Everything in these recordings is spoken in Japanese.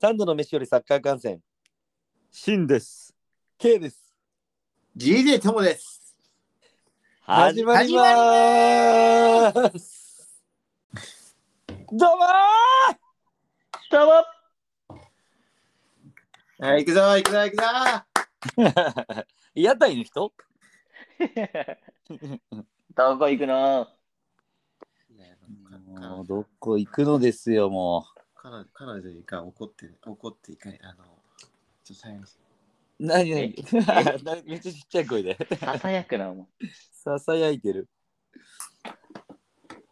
三度の飯よりサッカー観戦シンです。 K です。 GJ ともです。始まりまーす。どうもどうはい、行くぞ、行くぞ、行くぞ。ー。 屋台の人？もどこ行くのもうどこ行くのですよも彼女彼女が怒ってる、怒っていかない。あの、ちょっと最後にう。なになにな めっちゃちっちゃい声でささやくな、もささやいてる。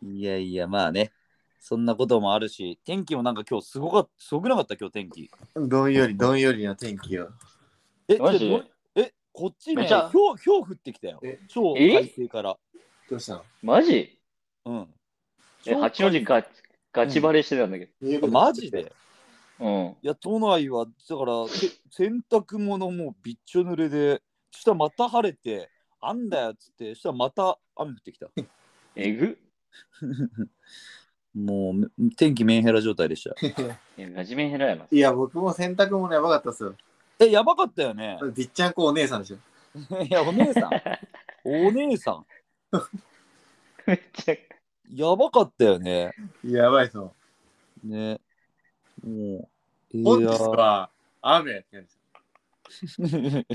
いやいやまあね。そんなこともあるし、天気もなんか今日すごかった、すごくなかった今日天気。どんより、どんよりの天気を。え、マジちょっとえ、こっちめね、っちゃひょうひょう降ってきたよえ。超え快晴から。どうしたのう。マジうん。え、八の字ガガチバレしてたんだけマジでど。うん。いや、都内は、だから、せ洗濯物もうびっちょ濡れで、そしたらまた晴れて、あんだよっつって、そしたらまた雨降ってきた。えぐもうめ、天気メンヘラ状態でした。え、真面目ヘラやな。 いや、僕も洗濯物やばかったっすよ。え、やばかったよね。びっちゃんこお姉さんでしょ。 いや、お姉さん。 お姉さん。めっちゃ。やばかったよね。やばいぞ。ね。もう。い本日やーは雨って感じ。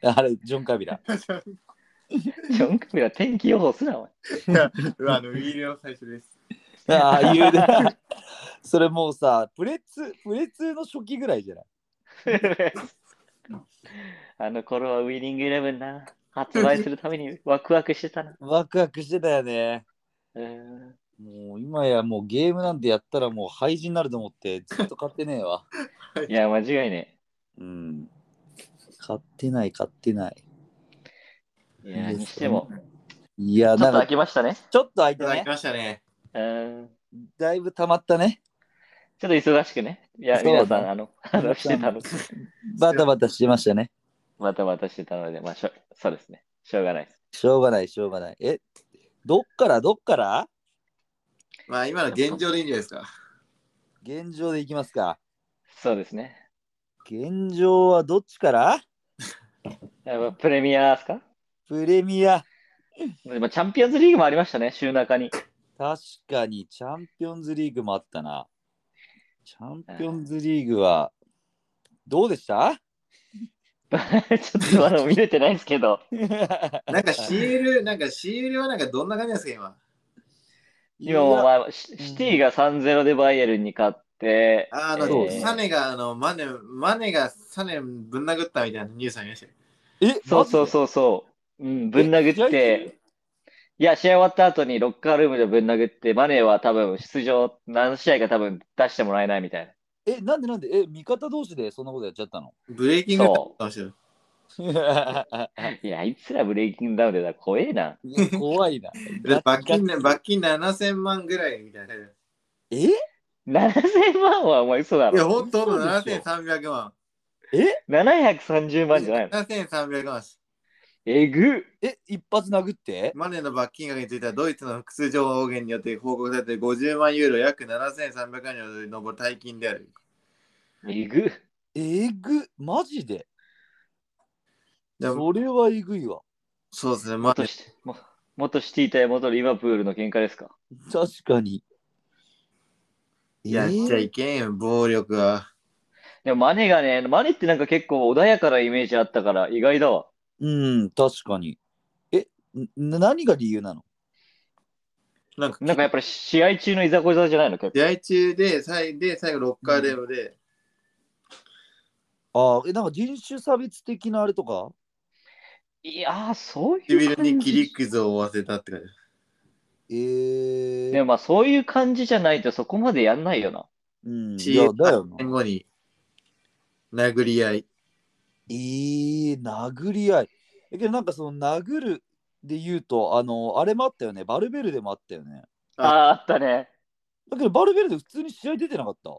あれ、ジョン・カビラ。ジョンカメラ天気予報すな、お前。いやあの、ウィールの最初です。ああ、言うで。それもうさ、プレツ、プレツの初期ぐらいじゃない あの頃はウィニングイレブンな。発売するためにワクワクしてたな。ワクワクしてたよね。うん。もう今やもうゲームなんてやったらもう廃人になると思ってずっと買ってねえわ。いや、間違いねうん。買ってない買ってない。え。いや、いいですねにしても、いや、ちょなっんと開かきましたね。ちょっと空い いてただねき。ましたね。うん。だいぶ溜まったね。ちょっと忙しくね。いや、そう皆さん、あの、話してたの。 バタバタしてましたね。バタバタしてたので、まあ、しょそうですね。しょうがないです。しょうがないしょうがない。え、どっからどっからまあ、今の現状でいいんじゃないですか。現状でいきますか。そうですね。現状はどっちからやっぱプレミアですかプレミア。でもチャンピオンズリーグもありましたね、週中に。 確かにチャンピオンズリーグもあったな。チャンピオンズリーグはどうでした ちょっとあの見れてないんですけど、なんかシール、なんかシールはなんかどんな感じなんですか、今もまあ、シシティが3-0でバイエルンに勝って、今。あそうの、ねサネが、あの、マネ、マネがサネぶん殴ったみたいなニュースありましたよ。えそうそうそうそう、うん、ぶん殴っえ試合て、いや、試合終わった後にロッカールームでぶん殴って、マネーは多分出場、何試合か多分出してもらえないみたいえ、なんでなんでえ、味方同士でそんなことやっちゃったの ブレイキングダウンかもしれない。 な。いや、あいつらブレイキングダウンでだ、怖えな。いや怖いな。で罰金ね罰金7000万ぐらいみたいな。いえ7000万はお前嘘だや、ろ。ほんとほんとそうでしょ7300万。 730万じゃないの。 7300万です。えぐっえ、一発殴ってマネの罰金額については、ドイツの複数情報源によって報告されて50万ユーロ、約7300万に上る大金である。えぐっえぐ、マジででもそれはえぐいわ。そうですね、マ元ネ。シティも元シティ対元リバプールの喧嘩ですか確かに。やっちゃえいけんよ、暴力は。でもマネがね、マネってなんか結構穏やかなイメージあったから意外だわ。うん、確かに。え、な何が理由なのなんか、なんかやっぱり試合中のいざこざじゃないの結構。試合中で、最で最後、ロッカールームで、あーえ、なんか人種差別的なあれとかいやー、そういう唇に感切じり傷を負わせたって感えじ。ー、でもまあそういう感じじゃないとそこまでやんないよな。うん、いや CM だよな。後に殴り合い。えー、殴り合い。えけどなんかその殴るで言うと、あの、あれもあったよね、バルベルでもあったよね。ああー、あったね。だけどバルベルで普通に試合出てなかった。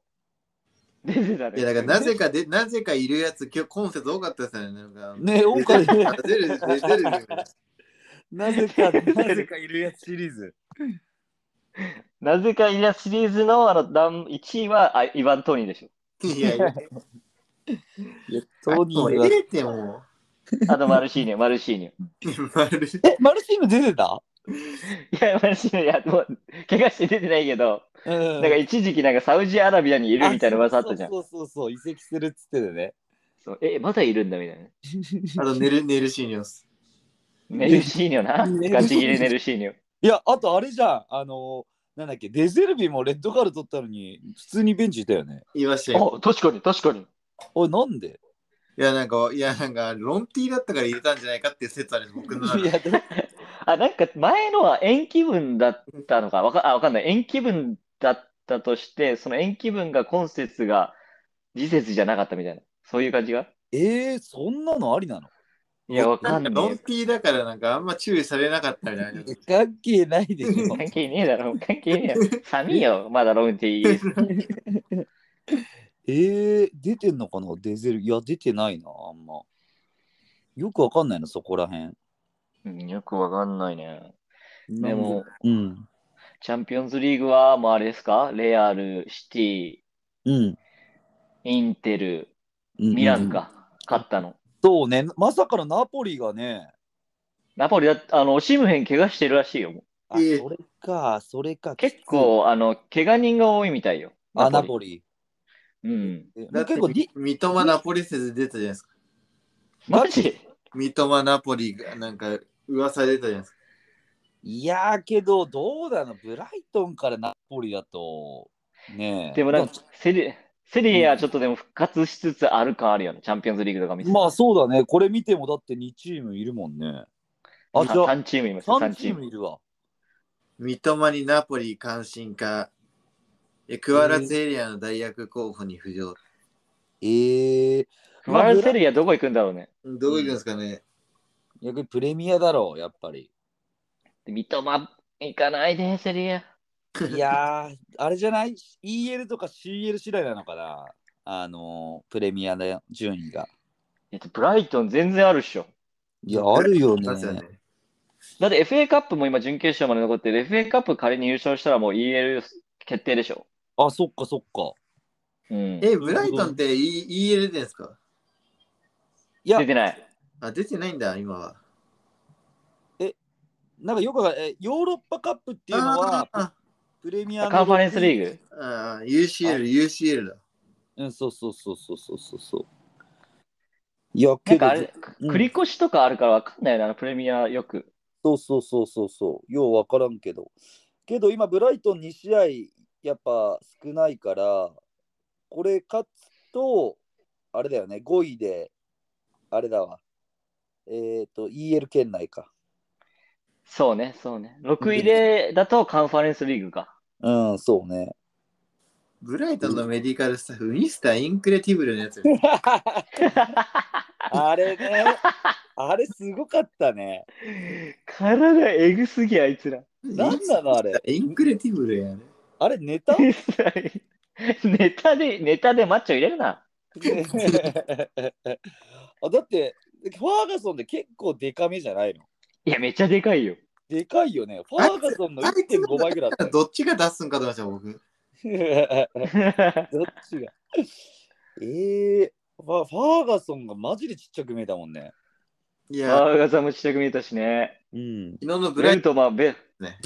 出てたね。いやだからなぜかで、なぜか いるやつ、今日コンセプト多かったですよね。なんか、ねえ、多かったね出る、出る。出るなぜか、なぜかいるやつシリーズ。なぜかイラシリーズのあの段1位はあイヴァン・トニーでしょ。いやいや、いや、トトニニーー入が。れても。あとマルシー ニョ、マルシーニョ。丸いえ、マルシーノ出てたいや、マルシーニョ、いや、もう、 怪我して出てないけど、うんなんか一時期なんかサウジアラビアにいるみたいな噂あったじゃん。そうそうそうそう、移籍するっつってたね。そうえ、まだいるんだみたいな。あと、ネル、ネルシーニョス。メルシーニョな。ねガチギレネルシーニョ。いや、あとあれじゃん、あの、なんだっけ、デゼルビもレッドカード取ったのに、普通にベンチいたよね。いましたよ。あ、確かに、確かに。おい、なんでいや、なんか、いや、なんか、ロンティーだったから入れたんじゃないかっていう説ある、僕の中いで。や、でもあ、なんか前のは延期分だったのか、わか、あ、わかんない。延期分だったとして、その延期分が今節が次節じゃなかったみたいな。そういう感じがえー、そんなのありなのいや、わかんなねんえかロンティーだから、なんか、あんま注意されなかったみたいな。関係ないでしょ。関係ねえだろ、 関係ねえよ。寒いよ、まだロンティー。えー、出てんのかなデゼル。いや、出てないな、あんま。よくわかんないな、そこらへん。うんよくわかんないね。ででも、、うん。チャンピオンズリーグは、もうあれですかレアル、シティ、うん。インテル、うんミラン。か、勝ったの。そうね、まさかのナポリがね、ナポリだ、あの、オシムヘン怪我してるらしいよ。もうあ、えーそれか、それか。結構、あの、怪我人が多いみたいよ。あ、ナナポポリ。リ。うん。えだって結構リ、三笘ナポリ説出たじゃないですか。マジ三笘ナポリが、なんか、噂出たじゃないですか。いやーけど、どうなのブライトンからナポリだと。ねえ。でもなんまか、セリ、セリエはちょっとでも復活しつつある感あるよね。チャンピオンズリーグとか見あて。まあそうだね。これ見てもだって2チームいるもんね。あ、じゃあ3チームいますよ、 3 3チチーームム。いるわ。三笘にナポリ関心か、えクワラツエリアの代役候補に浮上。えー、ファルセリアどこ行くんだろうね。どういうんですかね。逆にプレミアだろう、やっぱり。で三笘行かないで、セリエ。いやー、あれじゃない ?EL とか CL 次第なのかなあのープレミアの順位が。えっと、ブライトン全然あるっしょ。いや、あるよね。ますよね。だって FA カップも今準決勝まで残ってる、FA カップ仮に優勝したらもう EL 決定でしょ。あ、そっかそっか。うん。え、ブライトンって E- EL ですかいや出、てない。あ、出てないんだ、今は。なんかよくわかんないえヨーロッパカップっていうのは、あプレミアのカンファレンスリーグ。ーあー、UCL、UCL だ。うん、そうそうそうそうそうそうそう。いや、なけんかどあ、れ、うん繰り越しとかあるからわかんないよね、あのプレミアよく。そうそうそうそうそう、ようわからんけど。けど今、ブライトン2試合、やっぱ少ないから、これ勝つと、あれだよね、5位で、あれだわ。えっ、と、EL 圏内か。そうね、そうね。6位でだとカンファレンスリーグか。うん、そう ね。ブライトンのメディカルスタッフ、ミスターインクレティブルのやつ。あれね、あれすごかったね。体えぐすぎ、あいつ ら。なんなのあれミスターインクレティブルやね。あれネタネタで、ネタでマッチョ入れるな。あだって、ファーガソンって結構デカめじゃないのいや、めっちゃでかいよ。でかいよね。ファーガソンのあいつ1.5倍ぐらいあったよ。どっちが出すんかと思いました、僕。 どっちが。えー、ファファーガソンがマジでちっちゃく見えたもんね。いあや、あ、ガザもちっちゃく見えたしね。うん。昨日のブブラレイントトマン、ベね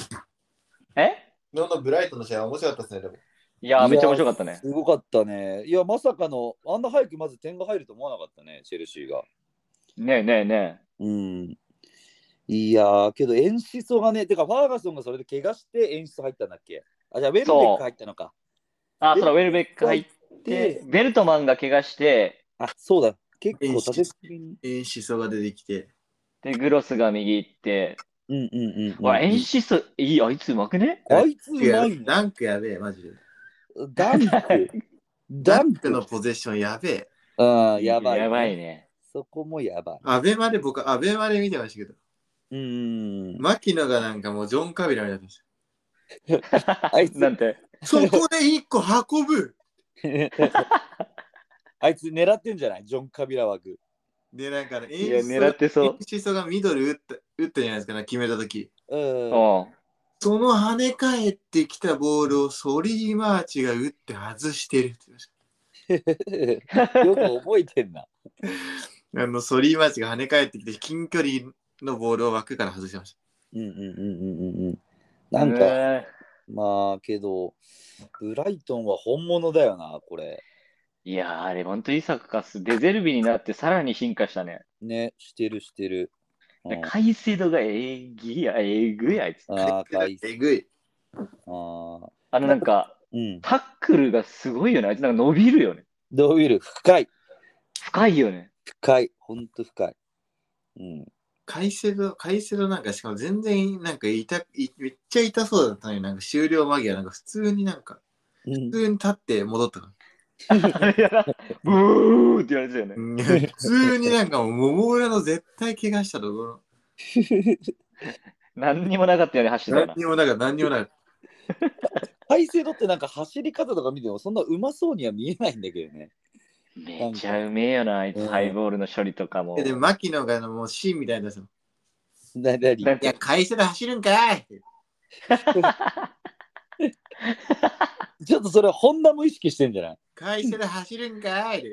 えン、昨日のブライトンの試合は面白かったですね、でも。いやー、めっちゃ面白かったねす。ごかったね。いや、まさかの、あんな早くまず点が入ると思わなかったね、チェルシーが。ねえねえねうん。いやー、けど、エンシソがね、てか、ファーガソンがそれで怪我して、エンシソ入ったんだっけあ、じゃあ、ウェルベック入ったのか。え。あ、そら、ウェルベック入ってで、、ベルトマンが怪我して、あ、そうだ。結構エンシ立て付けに。えー、思想が出てきて。で、グロスが右行って、うんうんうんうん、わ、演出、いい、あいつうまくねあいつうまいやいね。ダンクやべえ、マジで。ダンク。ダ ダンンククのポゼッションやべえ。ああ、やばい、やばい。ね。そこもやばい。アベマで、僕、アベマで見てましたけど。うーん。牧野がなんかもうジョン・カビラみたいになってましあいつ なんて。た。そこで一個運ぶ あいつ狙ってんじゃないジョン・カビラ枠。で、なんかね、いや、狙ってそう。シソがミドル打った打ったじゃないですか、ね、決めたとき。うん。うん。その跳ね返ってきたボールをソリーマーチが打って外してるって言いまし よく覚えてんな。たあのソリーマーチが跳ね返ってきて近距離のボールを枠から外してましうんうんうんうんうんうん。なんか、ねまあけど、ブライトンは本物だよな、これ。いやー、あれ、本当イサクカス、デゼルビになってさらに進化したね。ね、してるしてる。うん、あ解説がえぎや、えぐいあいつ。あ、たかい。えぐいあーあの、なんか、うん。タックルがすごいよね。あいつなんか伸びるよね。ドウィル、深い。深いよ ね。深い。ほんと深い。うん。カイセド、カイセドなんかしかも全然なんか痛いめっちゃ痛そうだったのになんか終了間際なんか普通になんかうん普通に立って戻ったからあれやなブーって言われてたよね。うん普通になんかもう桃裏の絶対怪我したところ何にもなかったよね、走って何たな。にもなんか何にもなんかハイセドってなんか走り方とか見てもそんなうまそうには見えないんだけどね。めちゃうめえよな、あいつ、うんハイボールの処理とかも。 で牧野があのもうシーンみたいになさいななになんかやカイセド走るんかいちょっとそれホンダも意識してんじゃないカイセド走るんかい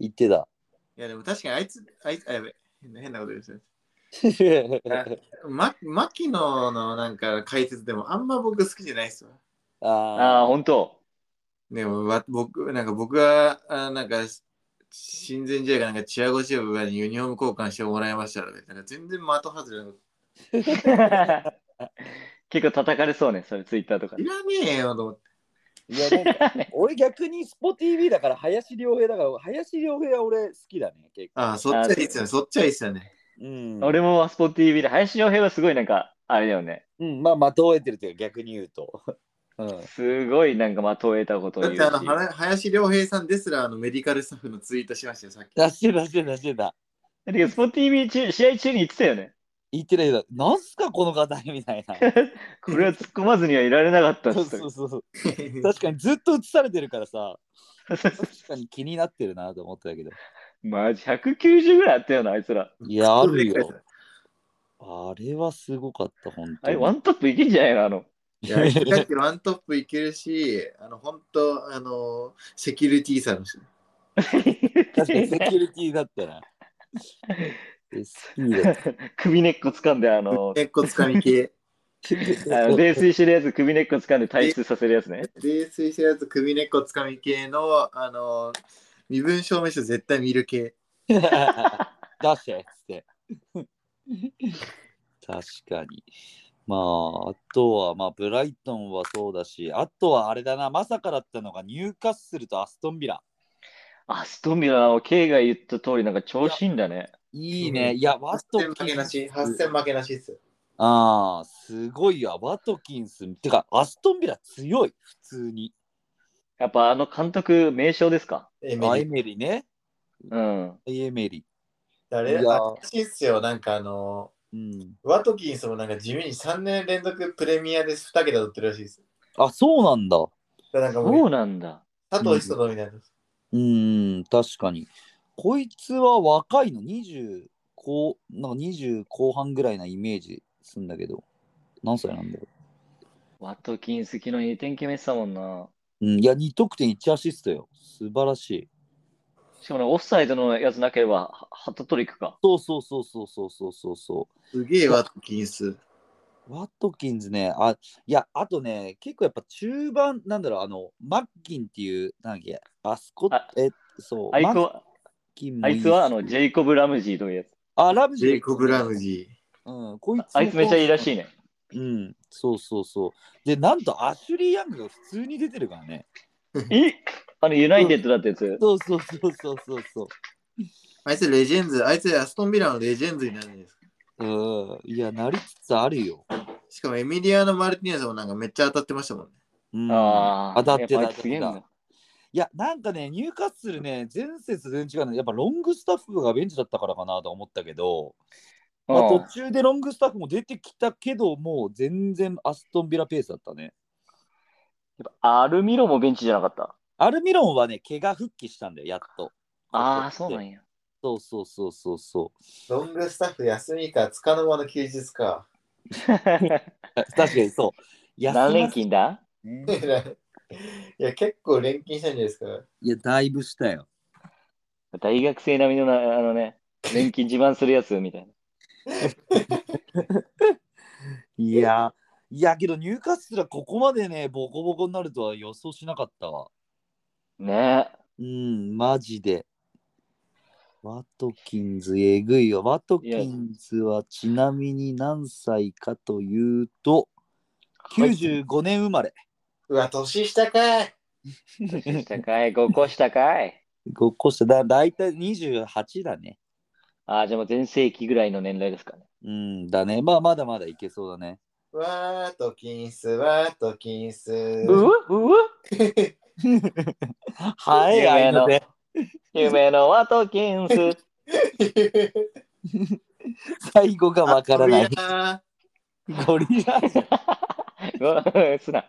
言ってた。 いやでも確かにあいつ、あいつ、あやべ、変な変なこと言うですま、牧野のなんか解説でもあんま僕好きじゃないっすわ。ああ、ああ、ほんと。でもわ僕、なんか僕は、あなんか、親善試合がなんかチアゴシェブがユニフォーム交換してもらいましたので、なんか全然的外れなかっ結構叩かれそうね、それツイッターとかた。い。らねえよと思って。いやなんか俺逆に SPOTV だから林良平だから林良平は俺好きだね結構。ああ、そっちはいいっすよね。そっちはいいっすよね。うん、俺もワスポ TV で、林洋平はすごいなんか、あれだよね。うん、まあまとえてるというか逆に言うと。 うん、すごいなんか的を得たことをだ言っうしてあの、はら林良平さんですら、あの、メディカルスタッフのツイートしましたよ、さっき。出してた出してた出してた。だけど、スポ TV 中、試合中に言ってたよね。言ってないけど、なんすかこの方みたいな。これは突っ込まずにはいられなかったっそうつってそうそう。確かにずっと映されてるからさ、確かに気になってるなと思って たけど。マジ、190ぐらいあったよな、あいつら。 いや、あるよ。。あれはすごかった、本あ当れ、に。ワントップいけんじゃないのあの。いや、さっきワントップいけるし、あの、本当あの、セキュリティーさの人。確かにセキュリティだったな。SP だっ 首根っこ掴んで、あの、結構つかみ系。あの泥酔してるやつ、首根っこ掴んで退出させるやつね。泥酔してるやつ、首根っこつかみ系の、あの、身分証明書絶対見る系。 た。出してっつって。確かに。まあ、あとは、まあ、ブライトンはそうだし、あとはあれだな、まさかだったのが、ニューカッスルとアストンビラ。アストンビラの K が言った通り、なんか調子いいんだね。いいうね。んいや、ワト8000キン負けなし、ス。 8000負けなしっす。ああ、すごいわ。ワトキンス。てか、アストンビラ強い、普通に。やっぱあの監督、名称ですかえ、あめエっメリね。うん。エメリ。あいれやらしいっすよ、なんかあの、うん。ワトキンスもなんか地味に3年連続プレミアで2桁取ってるらしいっす。あ、そうなんだ。だからなんかそもう、うなんだ。佐藤人のみたいな。うーん、確かに。こいつは若いの、20後、なんか20後半ぐらいなイメージすんだけど、何歳なんだろワトキンス、昨日2点決めてたもんな。う。うん、いや、2得点1アシストよ。素晴らしい。しかもね、オフサイドのやつなければ、ハハットトリックか。そうそうそうそうそうそうそうそすげえワトキンス。う。ワトキンズね、あ、いや、あとね、結構やっぱ中盤、なんだろう、あの、マッキンっていう、なんだっけ、あそこあ、え、そう、あいつマッは、キンもあいつはあの、しジェイコブ・ラムジーというやつ。あ、ラムジジーェがイコブ・ラムジうん、こいつあいつめっちゃいいらい。しいね。うん、そうそうそう。で、なんとアシュリー・ヤングが普通に出てるからね。えあの、ユナイテッドだったやつ。そうそうそうそうそうそー。あいつレジェンズ、あいつアストンビラのレジェンズになるんですか。う。うん、いや、なりつつあるよ。しかもエミリアーノ・マルティネスもなんかめっちゃ当たってましたもんね。うん、ああ、当たってやたぱあいつすげえん当たってだ。いや、なんかね、入荷するね、前節全然違うの。やっぱロングスタッフがベンチだったからかなと思ったけど、まあ、うん途中でロングスタッフも出てきたけど、もう全然アストンビラペースだったね。アルミロもベンチじゃなかった。アルミロンはね、怪我復帰したんだよ、やっと。ああ、そうなんや。そうそうそうそうそロングスタッフ休みか、つかの間の休日か。う。確かにそう。休ま何せ連勤だねいや、結構錬金したんじゃないですか。いや、だいぶしたよ。大学生並みのな、あのね、年金自慢するやつみたいな。いや、いやけど、入荷すらここまでね、ボコボコになるとは予想しなかったわ。ねうん、マジで。ワトキンズ、えぐいよ。ワトキンズはちなみに何歳かというと、95年生まれ。うわ、年下かい。え。下かい、5個下かい。 5個下だ、だいたい28だね。ああ、じゃあもう全盛期ぐらいの年代ですかね。うん、だね。まあ、まだまだいけそうだね。わーとキンス、わーとキンス。うわうわはい、あいので。夢のワトキン ス。最後がわから ない。あゴリラ。ごすな。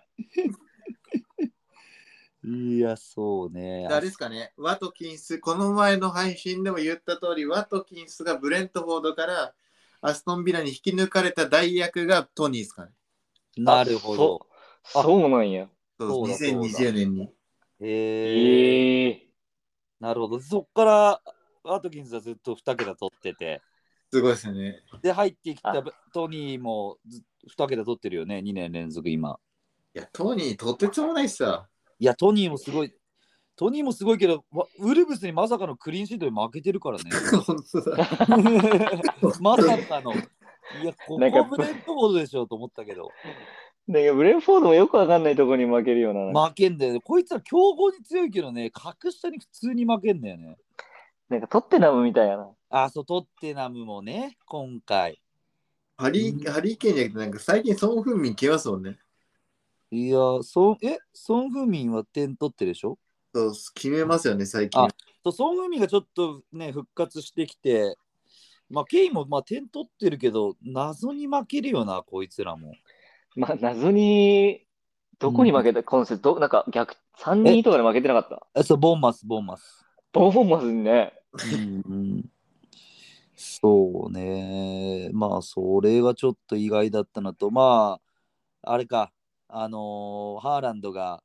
いや、そうね。れですかね、ワトキンス、この前の配信でも言った通り、ワトキンスがブレントフォードからアストンビラに引き抜かれた代役がトニーですかね。なるほど。そ。そうなんや。そうそうだそうだ2020年に。へえええなるほど。そっから、ワトキンズはずっと2桁取ってて。すごいですよね。で、入ってきたあトニーも2桁取ってるよね、2年連続今。いや、トニーとてつもないっすわ。いや、トニーもすごい。トニーもすごいけど、わウルブスにまさかのクリーンシートで負けてるからね。本当だ。 まさかの。いや、ここなんかブレントフォードでしょと思ったけど、だけど、ブレンフォードもよくわかんないとこに負けるよな。負けんだよね。こいつは強豪に強いけどね、格下に普通に負けんだよね。なんか、トッテナムみたいやな。あ、そう、トッテナムもね、今回。ハリー、ハリーケーンじゃなくて、なんか最近ソン・フンミン来ますもんね。いや、ソン、え、ソン・フミンは点取ってるでしょそう、決めますよね、最近あ。そうソン・フミンがちょっとね、復活してきて、まあ、ケインもまあ点取ってるけど、謎に負けるよな、こいつらも。まあ、謎に、どこに負けた、今節、ど、なんか逆、3人とかで負けてなかった。あそう、ボンマス、ボンマス。ボーフォンマスにね。うんうんそうね。まあ、それはちょっと意外だったのと、まあ、あれか、あのーハーランドが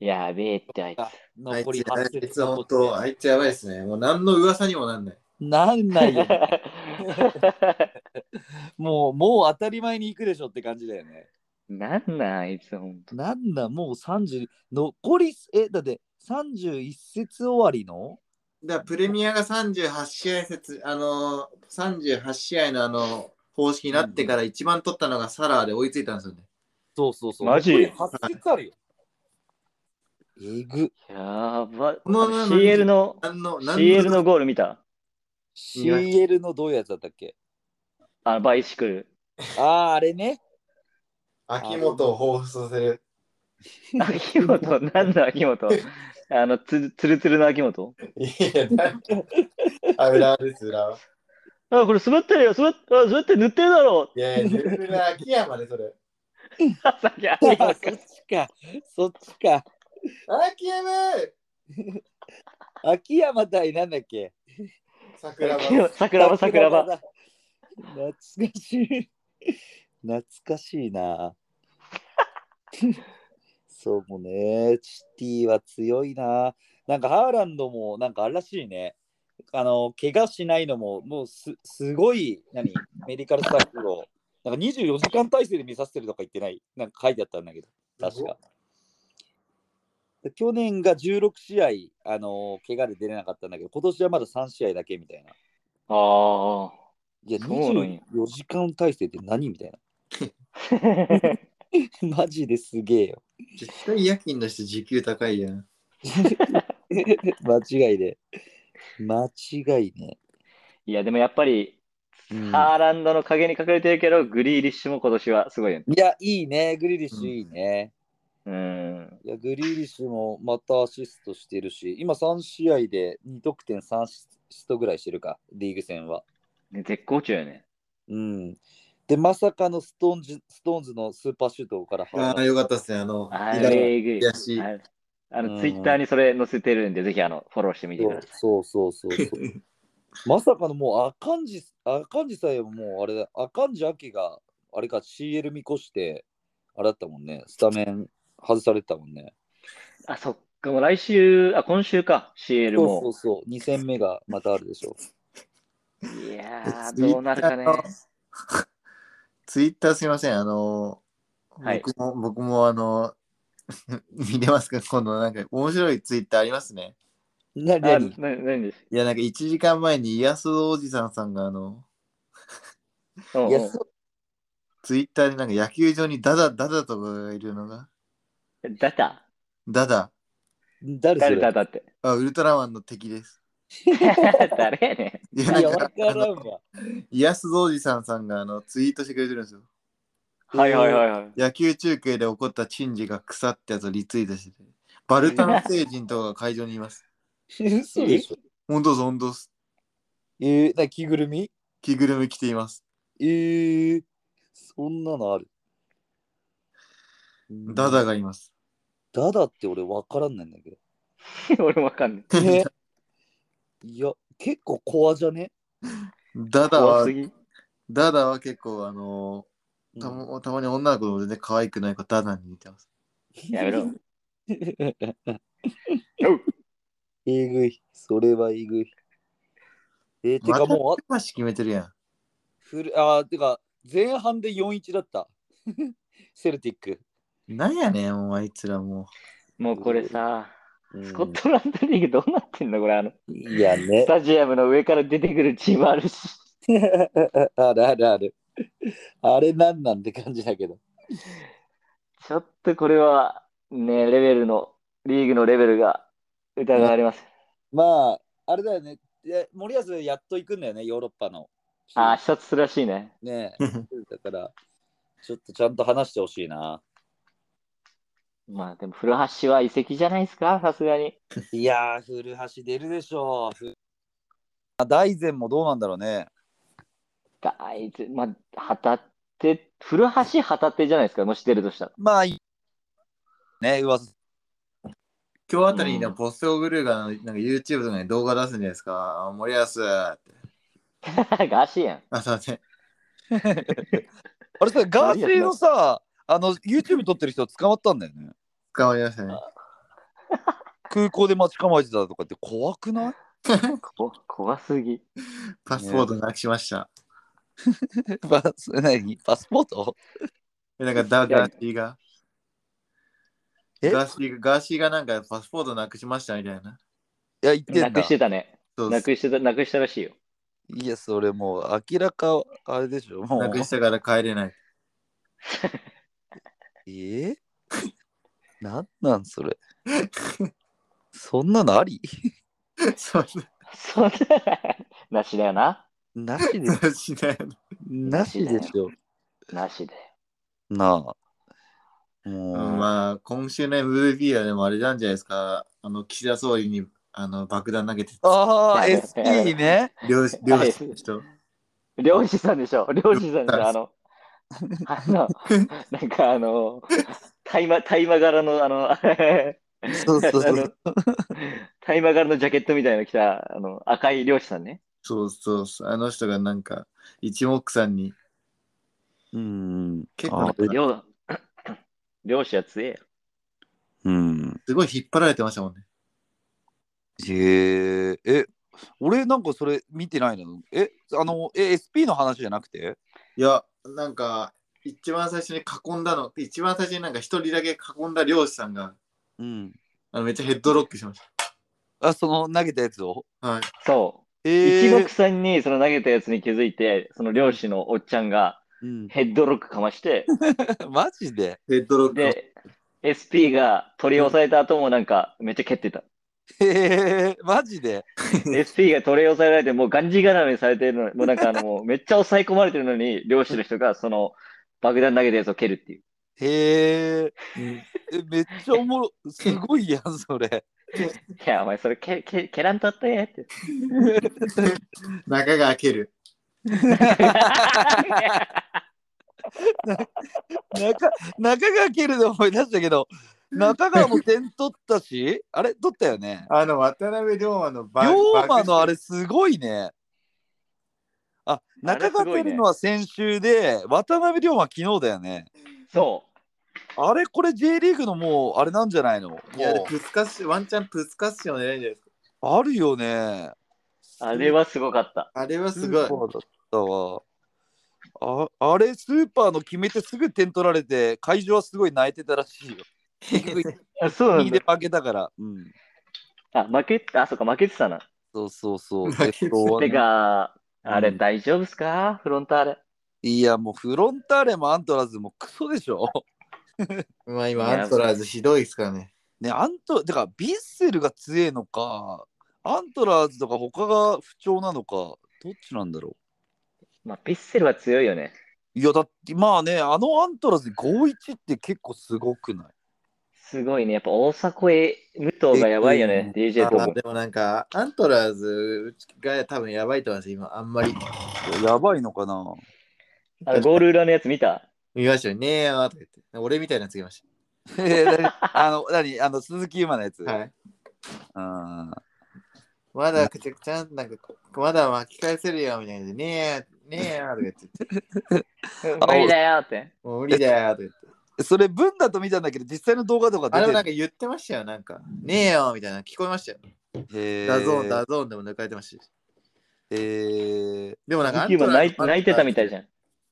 やべえってあいつ。あいつ残り8あセいッつト本残って当、あいつやばいですね。もう何の噂にもなんない。なんないよ、ね。もう、もう当たり前に行くでしょって感じだよね。 なんなん、あいつ、ほんと。なんだ、もう30、残り、え、だって31節終わりのだからプレミアが38試合節、あのー、38試合のあの、方式になってから一番取ったのがサラーで追いついたんですよね。そうそうそう。マジ残り ?8 節あるよ。えぐ。やば。このまま CL の、何の、何 CL のゴール見た CL のどういうやつだったっけあ、バイシクル。ああ、あれね。秋元を彷彿させる。秋元、何の秋元あの、つ、つるつるの秋元いや、なんかあ、裏はです、裏は。あ、これ滑ってるよ、滑っ、あ滑って塗ってるだろ いやいや、ぬるぬる秋山でそれ。う。さっき秋あ元ー そっちか。そっちか。秋山秋山対なんだっけ桜秋庭元桜庭、桜庭。だ懐かしい。懐かしい な。そうもね、シティは強いな。なんかハーランドもなんかあれらしいね。あの、怪我しないのも、もうすすごい、何、メディカルスタッフを、なんか24時間体制で見させてるとか言ってない、なんか書いてあったんだけど、確か。で去年が16試合、あの怪我で出れなかったんだけど、今年はまだ3試合だけみたいな。ああ。いや、そうなんや24時間体制って何みたいな。 マジですげえよ。 絶対夜勤の人時給高いやん。間違いで。間違いね。いや、でもやっぱり、うんハーランドの影に隠れてるけど、グリーリッシュも今年はすごいよね。いや、いいね。グリリッシュいいね。うん。いや、グリリッシュもまたアシストしてるし、今3試合で2得点3アシストぐらいしてるか、リーグ戦は。ね絶好調よね。うん。で、まさかのストーンズストーンズのスーパーシュートからああ、よかったっすね。あの、あ左れえぐい。左足あれあうんの、ツイッターにそれ載せてるんで、ぜひ、あの、フォローしてみてください。そうそうそう そうそう。まさかのもう赤んじ、赤んじさえももうあれだ、赤んじ秋が、あれか CL 見越して、あれだったもんね、スタメン外されてたもんね。あ、そっか、もう来週、あ、今週か、CL そうそうも。そう、2戦目がまたあるでしょ。いやー、どうなるかね。 ツイッターすいません、あの、はい僕も、僕もあの、 見れますか今度なんか面白いツイッターありますね。なあ、な、に何ですいや、なんか1時間前に安田おじさんさんがあの、うんうんいや、そツイッターでなんか野球場にダダダダとかがいるのが、ダタダダ、誰そ誰れダタ って。あ、ウルトラマンの敵です。誰やねいや、いなんや、かわからんわ。安蔵寺さんさんがあのツイートしてくれてるんですよ。ん。はいはいはいはい。野球中継で起こった珍事が腐ってやつをリツイートしてて。バルタの星人とかが会場にいます。嘘でしょ。本当です、本当です。えー、な着ぐるみ着ぐるみ着ています。えー、そんなのある。ダダがいます。ダダって俺わからんないんだけど。 俺もわかんない。ね いや、結構怖じゃねダダ怖はす、ぎ。ダダは結構あのうんたま、たまに女の子でも全然可愛くない子ダダに似てます。やめろ。えぐい。それはえぐい。えーてかもう、あまし決めてるやん。フルあーてか、前半で4-1だった。 セルティック。なんやねん、もうあいつらももうこれさ、うんスコットランドリーグどうなってんのこれ、あの、いやね ス。タジアムの上から出てくるチームあるし。 あるあるある。あれなんなんて感じだけど。ちょっとこれは、ね、レベルの、リーグのレベルが疑われます。まあ、あれだよね。で森保やっと行くんだよね、ヨーロッパの。あー、視察するらしいね。ねう。だから、ちょっとちゃんと話してほしいな。まあでも、古橋は遺跡じゃないですか、さすがに。いやー、古橋出るでしょうふ。あ大然もどうなんだろうね。大豆、まあ、旗手、古橋旗手じゃないですか、もし出るとしたら。まあ、いいね、噂。 今日あたりにねうんポストグルーがなんか YouTube とかに動画出すんじゃないですか。あ森保って。 ガシやん。あ、すいません。あれさ、ガーシーのさ、あの、YouTube 撮ってる人捕まったんだよね。捕まりましたね。空港で待ち構えてたとかって怖くない こ怖すぎ。パスポートなくしました。パス何パスポートえなんかダいやガーシーが。えガーシーが、ガーシーがなんかパスポートなくしましたみたいな。いや、言ってなんくだし。てたね。そうなくしてた、なくしたらしいよ。いや、それもう明らか、あれでしょ、もなうく。したから帰れない。え ー、なんなんそれ。そんなのあり そうそんな、なしだよな。なしで、そうしないのなしでしょ。なしだよ。なあ。もう、うんまあ、今週の MVP はでもあれなんじゃないですか。あの、岸田総理にあの爆弾投げて、ああ、SP ね。漁師漁師の人。漁師さんでしょ、漁師さんでしょ、はあいの、あの、なんかあの、大麻、大麻柄の、あの、 あそうそうそう。の、大麻柄のジャケットみたいなの着た、あの、赤い漁師さんね。そうそうそう。あの人がなんか、一目散に。うん。結構あね漁、 漁師は強えよ。うん。すごい引っ張られてましたもんね。へえ、え、俺なんかそれ見てないのえ、あの、え、SP の話じゃなくていや、なんか、一番最初に囲んだの、一番最初になんか一人だけ囲んだ漁師さんが、うん。あのめっちゃヘッドロックしましあ、その投げたやつをた。はい。そう。え一え目散にその投げたやつに気づいて、その漁師のおっちゃんがうん、 ヘッドロックかまして、マジでヘッドロック。で、SP が取り押さえた後もなんかめっちゃ蹴ってた。へえ、マジで SP が取り押さえられて、もうがんじがらめにされてるのに、もうなんかあの、もうめっちゃ抑え込まれてるのに、漁師の人がその爆弾投げたやつを蹴るっていう。へえ、えめっちゃおもろ、すごいやん、それ。いや、お前それ蹴蹴蹴らんとったやって。中が開ける。中、中川家るで思い出したけど、中川も点取ったし、あれ取ったよね。あの、渡辺龍馬のバ龍馬のあれ。れすごいね。あ、あれ中すごいね川照のは先週で、渡辺龍馬昨日だよね。そあれこれ J リーグのもうあれなんじゃないのもういや、プスカッシュ、ワンチャンプスカッシュを狙いんじゃないですか。あるよね。う。あれはすごかった。あれはスすごいー。パーだったわ。ああれスーパーの決めてすぐ点取られて会場はすごい泣いてたらしい よ。あそうなん右だで。負けたから。うん。あ、負け、あ、そうか、負けてたな。そうそうそう。泣けてた鉄塔はねてか、あれうん大丈夫ですかフロンターレ。いやもうフロンターレもアントラーズもクソでしょ。 まあ今、アントラーズひどいですからね。ね、アント、てか、ヴィッセルが強えのか、アントラーズとか他が不調なのか、どっちなんだろまあ、ピッセルは強いよね。う。いや、だって、まあね、あのアントラーズ5-1って結構すごくないすごいね。やっぱ大迫へ、武藤がやばいよね。DJ ポあポ。でもなんか、アントラーズが多分やばいと思います、今、あんまり。 いややばいのかな あの、ゴール裏のやつ見た見ましたよねーよーとか言って。俺みたいなやついましえーなあの、何あの、鈴木馬のやつ。た。はい。うん。まだくちゃくちゃ、なんか、まだ巻き返せるよ、みたいな。ねえ、ねえ、とか言 って。無理だよって。もう無理だよ、とか言って。それ、文だと見たんだけど、実際の動画とかあ出れもてなんる。か言ってましたよ、なんか。ねえよ、みたいな。聞こえましたよ。へーダゾーン、ダゾーンでも抜かれてましたし。へーでもなんか、ユキも泣い泣いてたみたいじじゃん。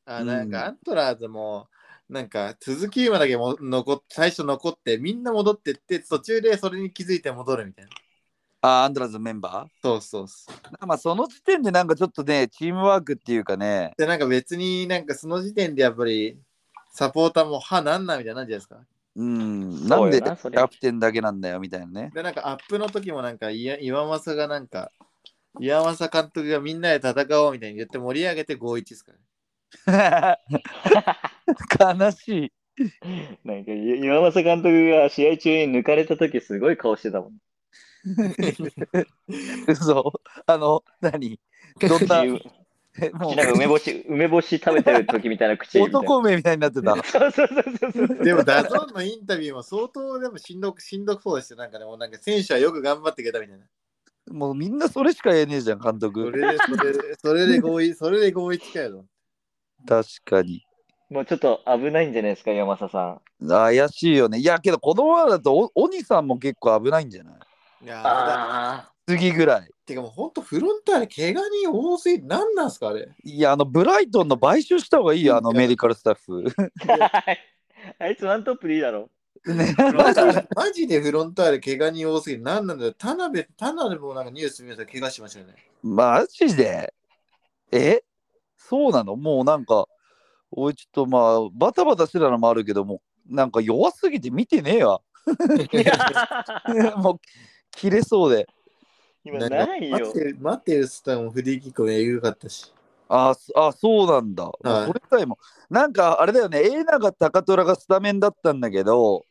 ゃん。あ、なんうんか、アントラーズも、なんか、鈴木今だけも残っ最初残って、みんな戻ってって、途中でそれに気づいて戻るみたいな。あ、アントラーズのメンバそうそうそう。ーまあ、その時点でなんかちょっとね、チームワークっていうかね、で、なんか別になんかその時点でやっぱり、サポーターも、は、なんなんみたいになんじゃないですか。うん、なんでそうよキなそれャプテンだけなんだよ、みたいな ね。で、なんかアップの時もなんか、いや岩政がなんか、岩政監督がみんなで戦おうみたいに言って盛り上げて5-1ですからね。悲しい。なんか、ゆ岩政監督が試合中に抜かれた時すごい顔してたもん。嘘。あの、何どんな、自えも由なんか梅う、干し、梅干し食べてる時みたいな口みたいな。男名みたいになってた。そうそうそうそうそう。でも、ダゾーンのインタビューも相当でもしんどく、しんどくそうですよ。なんかでも、なんか選手はよく頑張ってくれたみたいな。もうみんなそれしか言えねえじゃん、監そ督。れで、それで、それで合意、それで合意近いの。確かに。岩もうちょっと危ないんじゃないですか、岩政さん。怪しいよね。いや、けどこのままだとお、鬼さんも結構危ないんじゃないいやーだあ次ぐらい。てかもう本当フロンターレ怪我人多すぎなんなんすかあれいや、あの、ブライトンの買収した方がいいよ、あのメディカルスタッ フ。 あ。あいつワントップでいいだろ。ね、マジでマジでフロンターレ怪我人多すぎなんなんだよ田辺田辺もなんかニュース見ましたら怪我しましたよねマジでえそうなのもうなんか、おい、ちょっとまあ、バタバタしてたのもあるけども、なんか弱すぎて見てねえ わ。もう、切れそうで。今ない待よっ。て待ってるスタンもフリーキックもえぐかったしあそあ、そうなんだ。はいそれさえも。なんか、あれだよね、永永高虎がスタメンだったんだけど、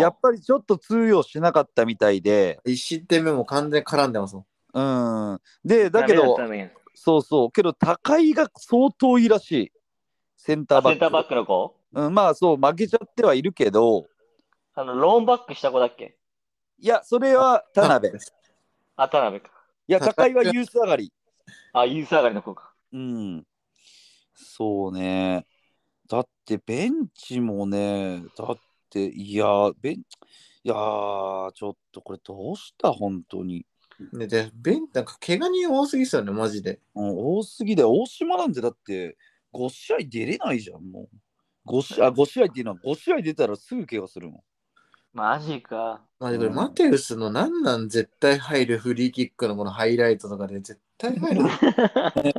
やっぱりちょっと通用しなかったみたいで、一失点目も完全に絡んでますもんうん。で、だダメけだどった、のよそうそう、けど、高井が相当いいらしい。センターバセッンク。ターバックの子うん、まあそう、負けちゃってはいるけど、あの、ローンバックした子だっけいや、それは田辺。いあ、田辺か。や、高井はユース上がり。あ、ユース上がりの子か。うん。そうね。だって、ベンチもね、だって、いや、ベンいやー、ちょっとこれどうした、本当に。ねでベンなんか怪我人多すぎっすよねマジでうん、多すぎで、大島なんてだって、5試合出れないじゃん、もう。5試合あ5試合っていうのは5試合出たらすぐ怪我するもん。マジか。まあでこれうんマテウスのなんなん絶対入るフリーキックのこのハイライトとかで絶対入る。え絶だからね、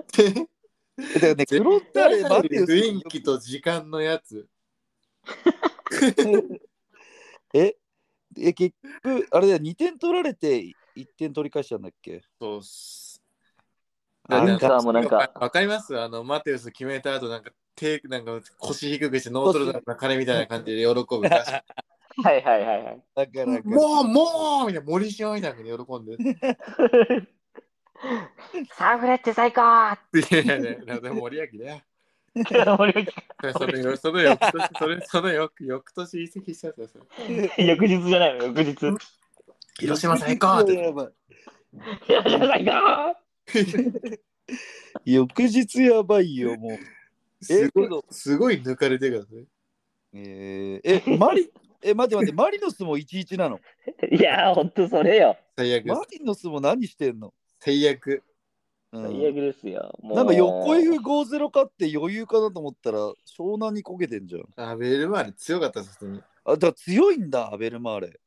フロンター対レ、マ入テるウス雰囲気と時間のやつ。え え結局あれだよ2点取られて1点取り返したんだっけそうっす。あユなーんスはもうなんか、わかりますあのマテウス決めた後なんか手なんか腰低くしてノートルダムの鐘みたいな感じで喜ぶ。はいはいはいはい。だからもうもうみたいな森塩みたいな感じで喜サンフレッチェ最高んで。いやいやいや、でも森脇だよ。寺田森脇それ、それ、それ、翌年、それ、それ、翌翌年移籍したやつですよ。 翌日じゃないの、翌日。広島最高って。やばい寺田最高 翌日やばいよ、もう。すごけいど、すごい抜かれてるからね。えー、 え、マリ、え、待って待って、マリノスも11なの。いやー、ほんとそれよ。最悪でマす。リノスも何してんの、最悪。うん最悪ですよ。もうなんか横 F50 勝って余裕かなと思ったら湘南にこけてんじゃん。あ、ベルマーレ強かったですね。あ、だから強いんだ、アベルマーレ。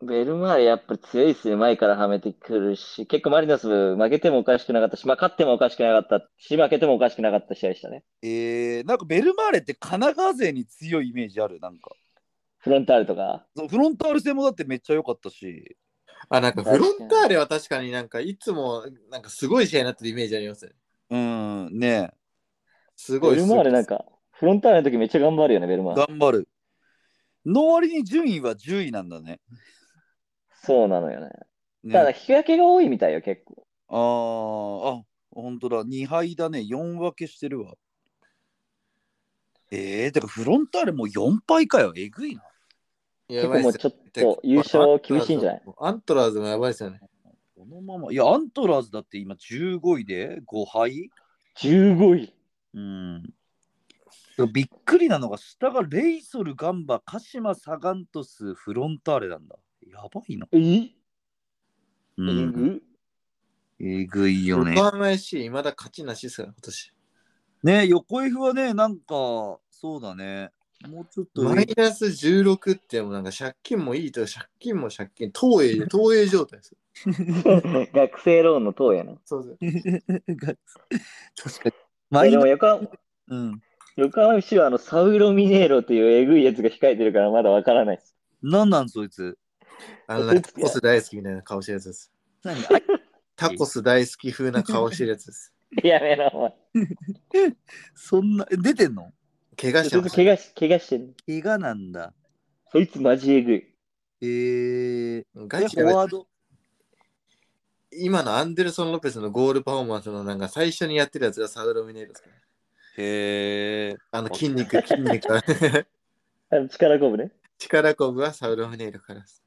ベルマーレやっぱり強いっすよ。前からはめてくるし、結構マリノス負けてもおかしくなかったし、まあ、勝ってもおかしくなかったし、負けてもおかしくなかった試合でしたね。えー、なんかベルマーレって神奈川勢に強いイメージある、なんか。フロンターレとか。そうフロンターレ戦もだってめっちゃ良かったし。あ、なんかフロンターレは確かになんかいつもなんかすごい試合になってるイメージありますね。うん、ねえすごい。ベルマーレなんか、フロンターレの時めっちゃ頑張るよね、ベルマーレ。頑張る。の割に順位は10位なんだね。そうなのよね。ねただ、引き分けが多いみたいよ、結構。あーあ、本当だ。2敗だね。4分けしてるわ。えー、だからフロンターレもう4敗かよ。えぐいな。や結ば構いもっうすちょっよと優勝厳しいんじゃないアントラーズもやばいですよね。このまま。いや、アントラーズだって今15位で5敗 ?15 位。うん。びっくりなのが、下がレイソル、ガンバ、鹿島、サガントス、フロンターレなんだ。やばいな。えうえん、ぐ えぐいよ横ね。浜 FC、いまだ勝ちなしですから、今年。ね横 F はね、なんか、そうだね。もうちょっと上マイナス16ってもうなんか借金もいいと借金も借金、東 映、東映状態ですよ。学生ローンの塔やな。そうですよ。が確かに。マえイでナも横浜うん。横浜市はあのサウロミネーロというえぐいやつが控えてるからまだわからないです。 なんなんそいつ。あの、なんかタコス大好きみたいな顔してるやつです。何あ タコス大好き風な顔してるやつです。 やめろ、お前。そんな、え出てんの怪我しちてょっまとした。怪我し、怪我してる。怪我なんだ。そいつマジえぐい。えー、ガえ、チフォやばいワード。今のアンデルソン・ロペスのゴールパフォーマンスのなんか最初にやってるやつがサウロミネールですから。へえ。あの筋肉、筋肉はあの力こぶね。 力こぶはサウロミネールからです。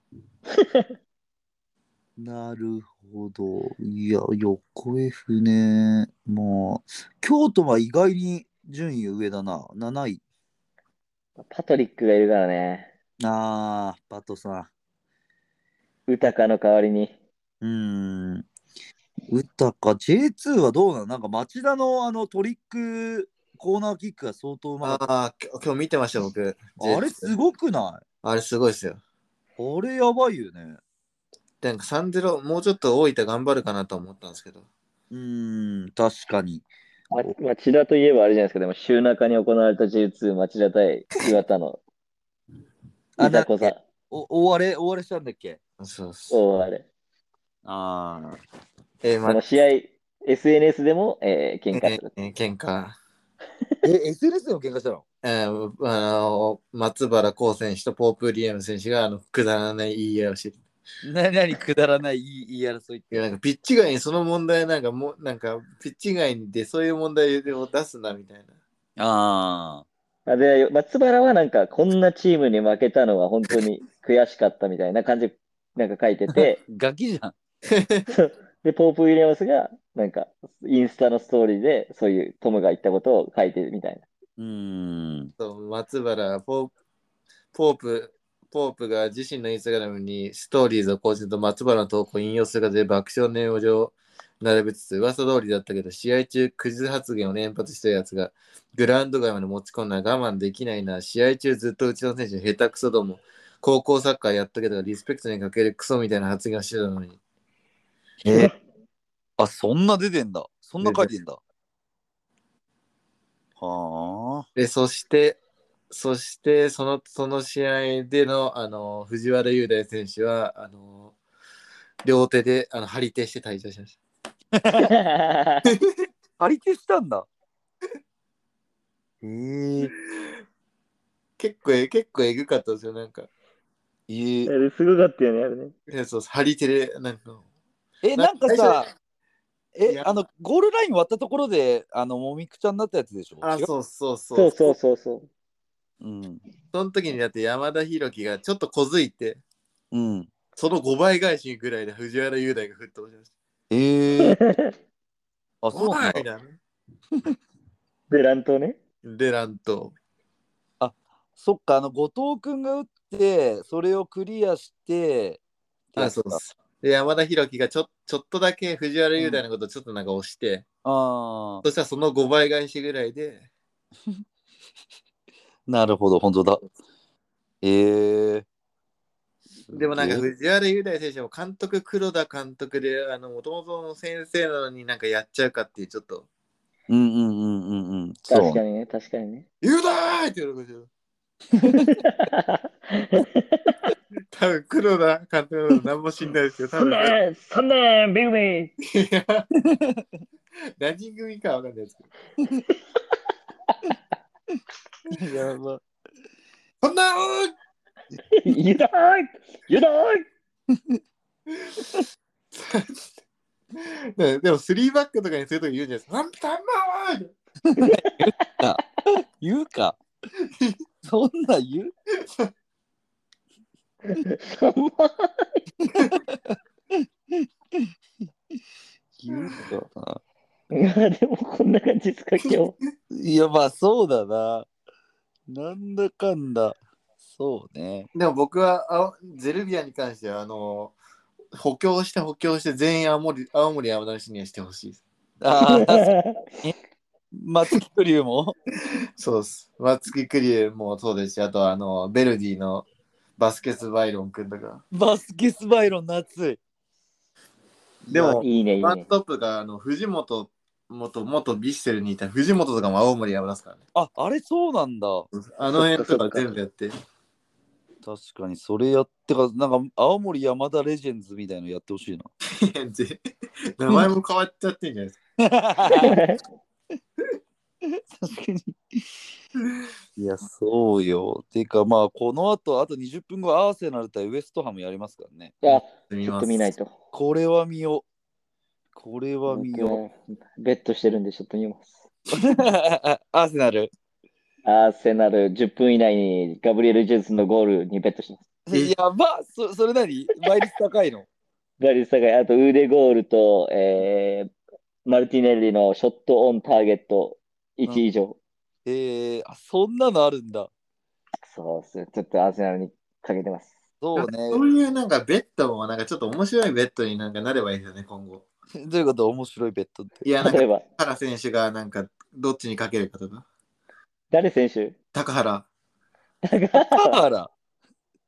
なるほど。いや、横 F ね。まあ、京都は意外に順位上だな。7位。パトリックがいるからね。あー、パトさ豊かの代わりに。ん。うーん。うたか、J2 はどうなのなんか町田のあのトリックコーナーキックが相当うまかったああ、きょ今日見てました、僕。あれすごくなあれすごいですよ。いあれやばいよね。なんか3-0、もうちょっと大分頑張るかなと思ったんですけど。うーん、確かに。ま、町田といえばあれじゃないですか。でも週中に行われた J2 町田対岩 田のあいざこざ。お、終われ、終われしたんだっけそうっす。おあれ。ああ。えー、そまの試合、SNS でも、えー、喧嘩する。えー喧嘩。え、SNS でも喧嘩したのえー、あの松原光選手とポープリエム選手があのくだらない言い合いをしてな、なにくだらない言い言い争いって。いやなんかピッチ外にその問題なんかもうなんかピッチ外にでそういう問題を出すなみたいな。ああ。あで、松原はなんか、こんなチームに負けたのは本当に悔しかったみたいな感じで、なんか書いてて、ガキじゃん。で、ポープ・ウィリアムスが、なんか、インスタのストーリーで、そういうトムが言ったことを書いてるみたいな。うーん。そう松原ポーポープポープが自身のインスタグラムにストーリーズを更新と松原の投稿を引用する形で爆笑の用上並べつつ噂通りだったけど試合中クズ発言を連発したやつがグラウンド外まで持ち込んだ我慢できないな試合中ずっとうちの選手の下手くそども高校サッカーやったけどリスペクトにかけるクソみたいな発言をしてたのにえあ、そんな出てんだ。そんな書いてんだ。はあ。でそしてそしてそのその試合でのあの藤原雄大選手はあの両手であの張り手して退場しました。 張り手した んだ。へえ。結構え結構えぐかったですよなんか。えあれすごかったよね、あれね。えそう張り手でなんかえ、なんか最さ初、いえ、やあの、ゴールライン割ったところで、あの、もみくちゃになったやつでしょあ、違うそうそうそう。そうそうそう そう。うん。その時にだって山田裕樹がちょっと小づいて、うん。その5倍返しぐらいで藤原雄大が吹っ飛ばしました。ええあ、そうなんおいだ。なで、乱闘ね。で、乱闘。そっか、あの、後藤君が打って、それをクリアして、ってやあ、つそうかです。で、山田裕樹がちょちょっとだけ藤原雄大のことをちょっとなんか押して、あそしたらその5倍返しぐらいで、ーなるほど、本当だ。ええでもなんかすげえ藤原雄大選手も監督黒田監督で、あの、もともとの先生なのになんかやっちゃうかっていう、ちょっと、うんうんうんうんうん。そ確うか。にね、確かにね。雄大って喜ぶでしょ。多分黒田監督のこと何も知んないですけど、多三分、年、三年、ビグビーい や何組かわかんないですけど。やば。そんなーゆだーいゆだーい ねでも、スリーバックとかにするとき言うんじゃないですか。なんたまー言うか。そんな言う三万言うかな。でもこんな感じですか、今いや、まあそうだな。なんだかんだ。そうね。でも僕はあゼルビアに関しては、あの補強して補強して全員青森青森山田の人にはしてほしいです。あ あ、日。松木龍も。そうです。松木クリエもそうですし、あとはあの、ベルディのバスケス・バイロン君とか。バスケスバイロン夏い。でも、いいね、いい ワンね。トップがあの藤本元元ビッセルにいた藤本とかも青森山田ですからね。あ、あれそうなんだ。あの辺とか全部やって。 確かにそれやってか、なんか青森山田レジェンズみたいのやってほしいな。いやぜ名前も変わっちゃってんじゃないですか。確かに。いや、そうよ。てか、まあ、この後、あと20分後、アーセナル対ウエストハムやりますからね。あ、見ちょっまとす見ないと。これは見よう。これは見よう。ベットしてるんで、ちょっと見ます。 アーセナル。アーセナル、10分以内にガブリエル・ジェズスのゴールにベットします。えやばそそれ何倍率高いのバリスタが、あと腕ゴールと、えー、マルティネリのショットオンターゲット1以上。えー、あそんなのあるんだ。そうっす。ちょっとアーセナルにかけて ます。そうそね。ういうなんかベッドもなんかちょっと面白いベッドになんかなればいいですよね、今後。どういうこと面白いベッド って。いや、なんか例えば、高原選手がなんかどっちにかけるかとか。誰選手高原。高原あ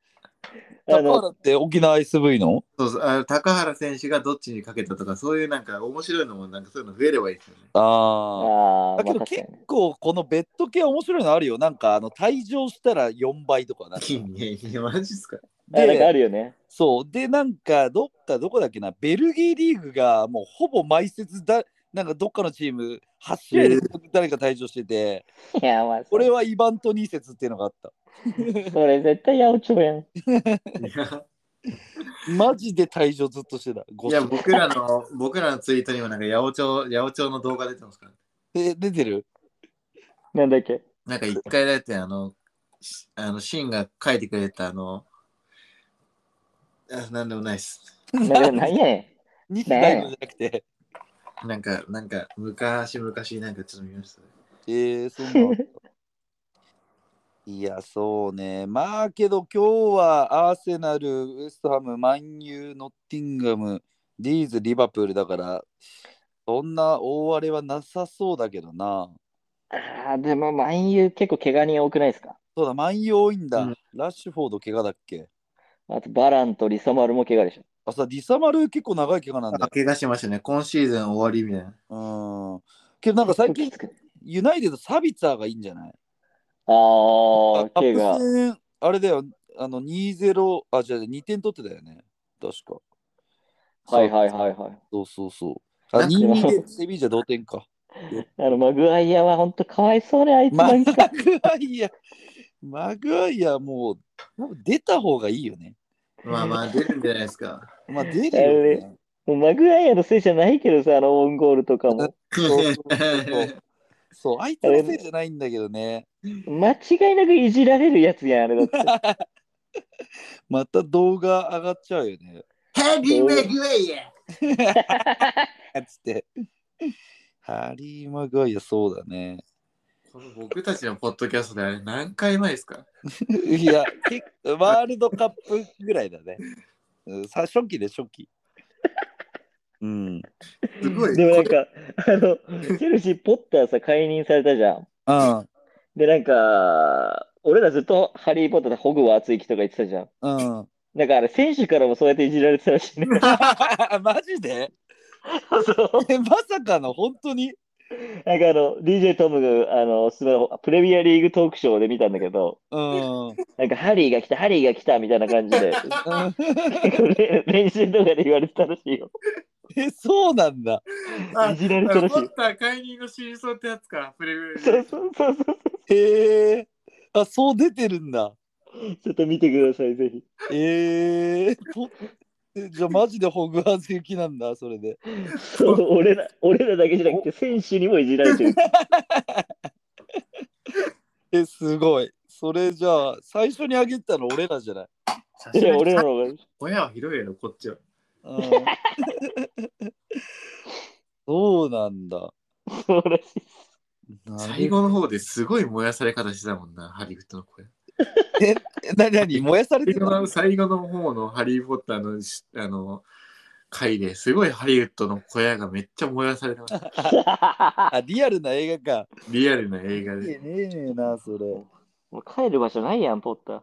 高の、原って沖縄 SV のそうそうあの高原選手がどっちにかけたとか、そういうなんか面白いのもなんかそういうの増えればいいですよね。ああ。だああ、けどまあ確結かにね構このベッド系面白いのあるよ。なんかあの退場したら4倍とか なんか。金ね、いやマジっすか。あなんかあで、るよね。そう。で、なんかどっかどこだっけな、ベルギーリーグがもうほぼ毎節だ、なんかどっかのチーム8試合で誰か退場してて。いや、まあ、これは、はイバントニー説っていうのがあった。それ絶対八百長やん。いやマジで退場ずっとしてた。ご いや、僕らの、僕らのツイートにもなんか八百長、八百長の動画出てますから。え出てるなんだっけなんか一回だってあの、しあの、シンが書いてくれたあの、あなんでもないっす。 ななんやね西大悟じゃなくて。なんか、なんか、昔昔なんかちょっと見ましたね。えー、そんな。いや、そうね。まあけど今日はアーセナル、ウエストハム、マンユー、ノッティンガム、ディーズ、リバプールだから、そんな大荒れはなさそうだけどな。ん。ああ、でも、マンユー結構怪我人多くないですかそうだ、マンユー多いんだ。うんラッシュフォード怪我だっけあと、バランとリサマルも怪我でしょ。あ、さ、ディサマル結構長い怪我なんだあよ。怪我しましたね。今シーズン終わりみたいな。うん。けどなんか最近きつくユナイテッドサビツァーがいいんじゃないああ、カッ怪プ我。戦、あれだよ、あの2-0、あ、じゃあ2点取ってたよね、確か。はいはいはいはい。そうそうそう。あ、なんか2-2でセビージャ同点か。あの、マグワイアは本当かわいそうね、あいつマ なんグか。ワイア、マグワイアもう、もう出た方がいいよね。まあまあ、出るんじゃないですか。まあ出るよ、ね。 もうマグワイアのせいじゃないけどさ、あのオウンゴールとかも。そう そうそうそう、相手のせいじゃないんだけどね。間違いなくいじられるやつやん、あれ だって。また動画上がっちゃうよね。ハリー・マグワイアつって。ハリー・マグワイア、そうだね。この僕たちのポッドキャストであれ何回前ですかいや、結構ワールドカップぐらいだね。うんさ初期で初期。うん。すごい。でもなんか、あの、チェルシー、ポッターさ、解任されたじゃん。うん。で、なんか、俺らずっとハリー・ポッターでホグワーツ行きとか言ってたじゃん。うん。なんかあれ、選手からもそうやっていじられてたらしいね。マジで そう。えまさかの、本当に。なんかあの、DJ トムが、あの、おすすめのプレミアリーグトークショーで見たんだけど、うん。うんなんかハリーが来た、ハリーが来たみたいな感じで、結構 れ練習動画で言われてたらしいよ。え、そうなんだ。あいじられあてのたらしポッいよ。ター解任の真相ってやつか。プレビューそうそうそうそう。へえ。あ、そう出てるんだ。ちょっと見てください、ぜひ。ええとえじゃあマジでホグワーツ行きなんだ、それで。そう、俺ら、俺らだけじゃなくて、選手にもいじられてる。え、すごい。それじゃあ、最初にあげてたの俺らじゃない。写いや真俺俺らの方が。親は広いよ、こっちは。うん、 そうなんだ。そうらしい。なる最後の方ですごい燃やされ方してたもんな、ハリウッドの声。え、なになに、燃やされて最る後の最後の方のハリー・ポッターのしあの回ですごいハリウッドの小屋がめっちゃ燃やされてま した。あ、リアルな映画か。リアルな映画見てで。ねえな、それ。もう帰る場所ないやん、ポッター。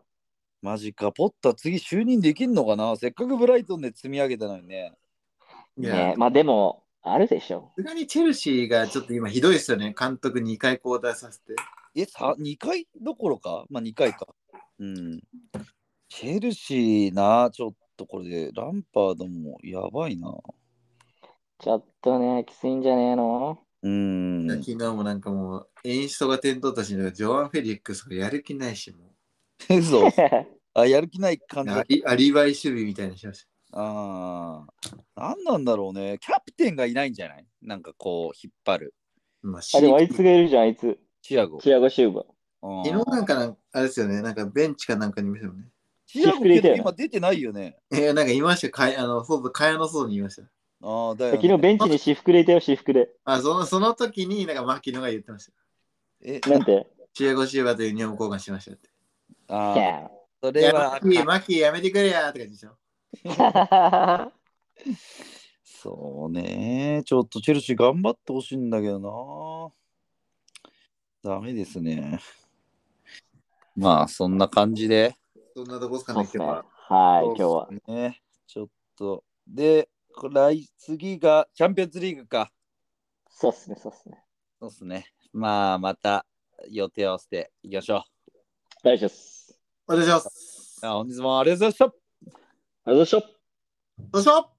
マジか、ポッター次就任できんのかなせっかくブライトンで積み上げたのにね。いやね、まあでも、あるでしょ。さすがにチェルシーがちょっと今ひどいですよね。監督2回交代させて。え、さ2回どころかまあ2回か。うん。チェルシーな、ちょっとこれで、ランパードもやばいな。ちょっとね、きついんじゃねえ のうん。昨日もなんかもう演出が点取ったし、ジョアン・フェリックスがやる気ないし、も そう。あ、やる気ない感うじアだ。リアリバイ守備みたいにしましああ。なんなんだろうね。キャプテンがいないんじゃないなんかこう、引っ張る。た。まあ、あ、でもあい昨つがいるじゃん、あいつ。チアゴ。チアゴ・シューバ。昨日なんかなんあれですよね、なんかベンチかなんかにいましたもんね。チアゴけど今出てないよね。えー、なんかいました、かいあの、そうそう、蚊帳の外にいました。ああ、だよ、ね。昨日ベンチに私服でいたよ、私服で。あ、その、その時に、なんか、牧野が言ってました。え、なんて。チエゴシューバーとユニフォーム交換しましたって。あキあ、ャそいれや、はマ、キ、マキ、やめてくれやーって感じでしょ。ーそうね。ちょっとチェルシー頑張ってほしいんだけどな。ダメですね。まあ、そんな感じで。そんなとこですかそうっね、す今ね。日はいは。、今日は。ね、ちょっと。で、こ来次がチャンピオンズリーグか。そうっすね、そうっすね。そうっすね。まあ、また予定を合わせていきましょ大丈夫っす。お願いします。う。あ本日もありがとうございました。ありがとうございました。どうしよう